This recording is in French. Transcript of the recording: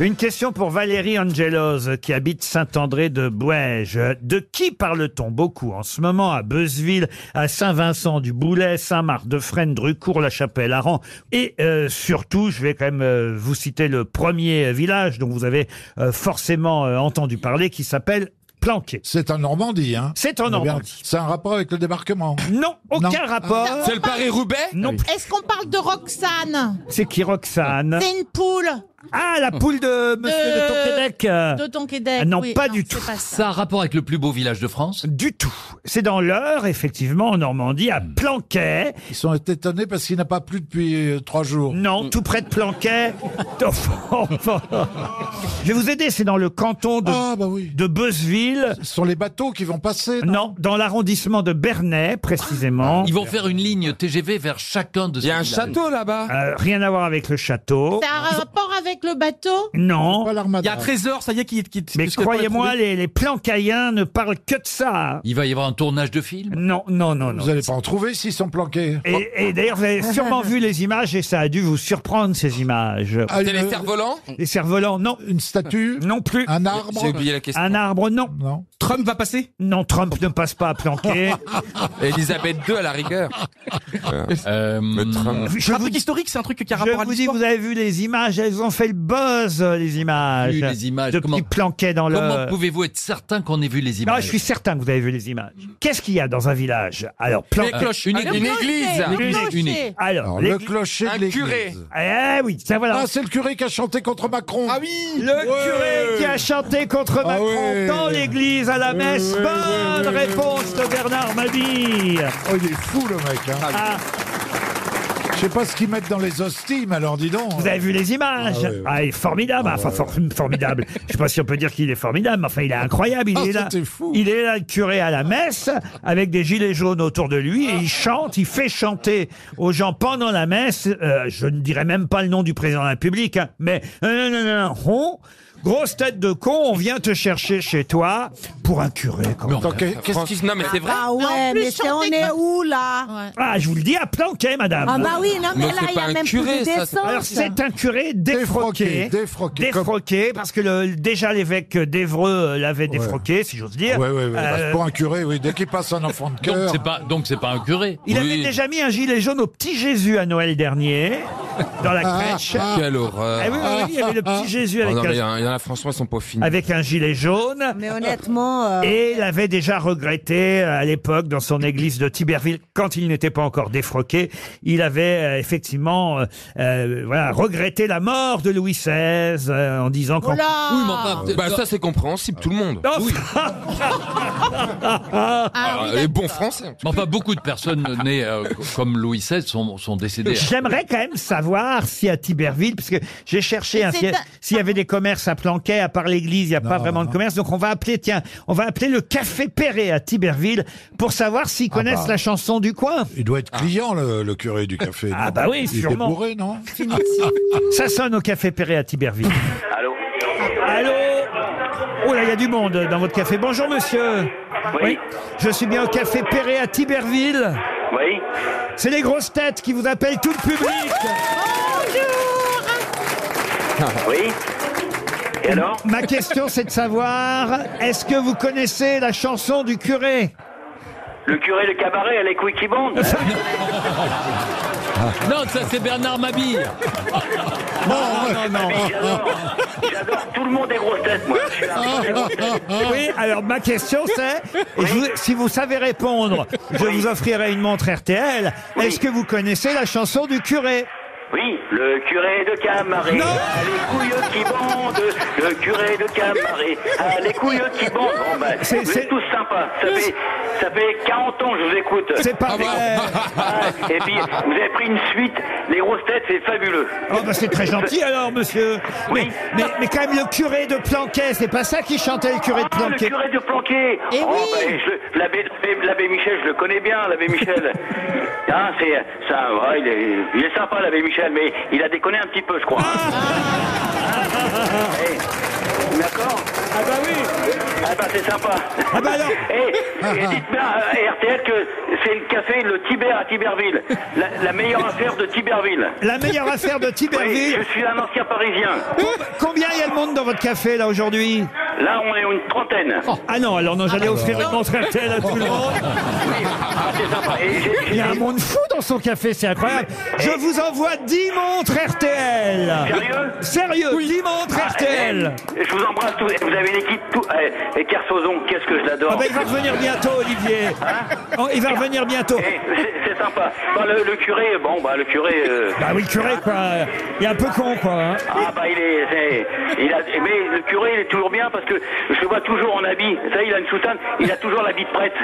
Une question pour Valérie Angelos qui habite Saint-André de Bouège. De qui parle-t-on beaucoup en ce moment à Beuzeville, à Saint-Vincent du Boulet, Saint-Marc-de-Fresnes, Drucourt, La Chapelle, Aran et euh, surtout, je vais quand même euh, vous citer le premier euh, village dont vous avez euh, forcément euh, entendu parler qui s'appelle Planquet. C'est en Normandie, hein C'est en Eh bien, Normandie. C'est un rapport avec le débarquement. Non, aucun Non. Ah. rapport. C'est le Paris-Roubaix Non, Est-ce qu'on parle de Roxane c'est qui Roxane C'est une poule Ah, la poule de Monsieur de, De- Tonquédec, euh, de Tonquédec. Ah non, oui, pas du c'est tout. pas ça. Ça a un rapport avec le plus beau village de France Du tout. C'est dans l'heure, effectivement, en Normandie, à Planquet. Ils sont étonnés parce qu'il n'a pas plu depuis euh, trois jours. Non, tout près de Planquet. Enfin, Je vais vous aider, c'est dans le canton de, Ah, bah oui. de Beuzeville. Ce sont les bateaux qui vont passer. non Non, dans l'arrondissement de Bernay, précisément. Ah, Ils vont faire une ligne TGV vers chacun de ces Il y a un villages. château là-bas. Euh, rien à voir avec le château. Ça a un rapport avec le bateau Non. Pas l'armada. trésor, ça y est, qui est. Ah. Mais croyez-moi, les, les Plancayens ne parlent que de ça. Il va y avoir un tournage de film. Non, non, non, Vous non. n'allez pas en trouver s'ils sont planqués. Et, et d'ailleurs, vous avez sûrement vu les images et ça a dû vous surprendre, ces images. Ah, C'est les une, cerfs-volants Les cerfs-volants, non. une statue Non plus. Un arbre J'ai oublié la question. Un arbre, non. Non. Ah, Trump va passer Non, Trump ne passe pas à Planquet. Elisabeth II à la rigueur. Euh, Je Ah, vous historique, c'est un truc qui a Je vous dis, vous avez vu les images, elles ont fait le buzz, euh, les images. Vu les images, De comment- petits planquets dans le... Comment pouvez-vous être certain qu'on ait vu les Non, images je suis certain que vous avez vu les images. Qu'est-ce qu'il y a dans un village Alors, plan... Euh, une, Une église. église. Le Une clocher. unique. Alors, Alors, les... le clocher Un de l'église. curé. Eh oui, ça voilà. Ah, c'est le curé qui a chanté contre Macron. Ah oui le curé qui a chanté contre Macron Ah, ouais. dans l'église à la messe. ouais, Bonne ouais, ouais, réponse de Bernard Mabille. Oh, il est fou, le mec. Hein. Ah, Je sais pas ce qu'ils mettent dans les hosties, mais alors dis donc. vous avez vu les images. Ah, Ah, ouais, ouais. il est formidable. enfin, for- formidable. Je sais pas si on peut dire qu'il est formidable, mais enfin, il est incroyable. Il Ah, est là. c'était fou. Il est là, le curé à la messe, avec des gilets jaunes autour de lui, et il chante, il fait chanter aux gens pendant la messe, euh, je ne dirais même pas le nom du président de la République, hein, mais euh, non, non, non, on, grosse tête de con, on vient te chercher chez toi pour un curé. quand même. Attends, qu'est- qu'est-ce Qu'est-ce qui... Non, mais c'est vrai. Ah Mais en ouais, plus, mais c'est on chanter est comme- où là Ah, je vous le dis à planquer, madame. Ah bah oui, non mais Mais là c'est il y pas a un même curé, plus de ça, c'est- décence. Alors c'est un curé défroqué. Défroqué, défroqué, Défroqué, parce que le- déjà l'évêque d'Evreux euh, l'avait défroqué, si j'ose dire. Ouais, ouais, ouais. Bah, Parce que Euh, Pour un curé, oui, dès qu'il passe un enfant de Donc cœur. c'est pas donc c'est pas un curé. Il avait Oui. déjà mis un gilet jaune au petit Jésus à Noël dernier, dans la crèche. ah. Quelle horreur. Ah oui, oui, oui, il y avait le petit Jésus Oh avec, non, mais il y un, Ah, en a- il y en a, franchement, ils sont pas finis. avec un gilet jaune. Mais honnêtement, euh, Et il avait déjà regretté euh, à l'époque dans son église de Tiberville, quand il n'était pas encore défroqué, il avait euh, effectivement euh, euh, voilà, regretté la mort de Louis XVI euh, en disant qu'en Voilà. Oui, mais enfin, euh, peut-être- Bah ça, c'est compréhensible, tout le monde. Non, Ah Ah, oui, les d'accord. bons Français. mais enfin, beaucoup de personnes nées euh, co- comme Louis XVI sont, sont décédées. J'aimerais quand même savoir si à Tiberville, parce que j'ai cherché Mais hein, c'est s'il y a- un- s'il y avait des commerces à Planquet, à part l'église, il n'y a pas vraiment de commerce. Donc on va appeler, tiens, on va appeler le Café Perret à Tiberville pour savoir s'ils connaissent la chanson du coin. Il doit être client, le, le curé du café. Ah non bah oui, Il était sûrement. bourré, non Ça sonne au Café Perret à Tiberville. Allô Allô Oh là, il y a du monde dans votre café. Bonjour monsieur. Oui. Je suis bien au Café Perret à Tiberville. Oui C'est les grosses têtes qui vous appellent tout le public. Oui Et alors Ma question c'est de savoir, est-ce que vous connaissez la chanson du curé Le curé de cabaret avec Wiki Band Non, ça c'est Bernard Mabille. Non, non, Ah, J'adore tout le monde des grosses têtes, moi. Je suis là. Oui, alors ma question c'est, et je vous- si vous savez répondre, je vous offrirai une montre RTL. Est-ce que vous connaissez la chanson du curé Oui, le curé de cabaret Non. a les couilles qui bandent. Le curé de cabaret a les couilles qui bandent. Bon, ben, C'est- vous c'est- êtes tous sympas. Ça fait, ça fait 40 ans que je vous écoute. C'est pas vrai. Ah, et puis, vous avez pris une suite. Les grosses têtes, c'est fabuleux. Oh bah c'est très gentil alors monsieur. Mais, Oui. mais, mais quand même le curé de Planquet, c'est pas ça qui chantait le curé de Ah, le Planquet. curé de Planquet Eh Oh, oui. ben, je- l'abbé, l'abbé- l'abbé Michel, je le connais bien, l'abbé Michel. Ah, c'est, c'est un- ouais, il, est, il est sympa, l'abbé Michel, mais il a déconné un petit peu, je crois. Eh, D'accord Ah bah oui Ah bah c'est sympa Ah bah alors Et, dites bien à RTL que c'est le café Le Tibère à Tiberville. La, la meilleure affaire de Tiberville. La meilleure affaire de Oui, Tiberville. je suis un ancien parisien. Combien il y a de monde dans votre café là aujourd'hui Là, on est une trentaine. Ah non, alors non, j'allais offrir une non. montre RTL à tout le monde. Ah, c'est sympa. Et j'ai- j'ai- Il y a un monde fou dans son café, c'est incroyable. Je vous envoie 10 montres RTL. Sérieux Sérieux, 10 montres RTL. Je vous embrasse tous. Vous avez une équipe tout. eh, Et Kersozon, qu'est-ce que je l'adore. Ah ben, il va revenir bientôt, Olivier. Oh, il va revenir bientôt. Eh, c'est- c'est sympa. Bah, le, le curé, bon, bah, le curé. euh, Bah oui, le curé, quoi. Il est un peu con, quoi. hein. Ah bah il est, c'est- il a, mais le curé il est toujours bien parce que je le vois toujours en habit. Ça il a une soutane, il a toujours l'habit de prêtre.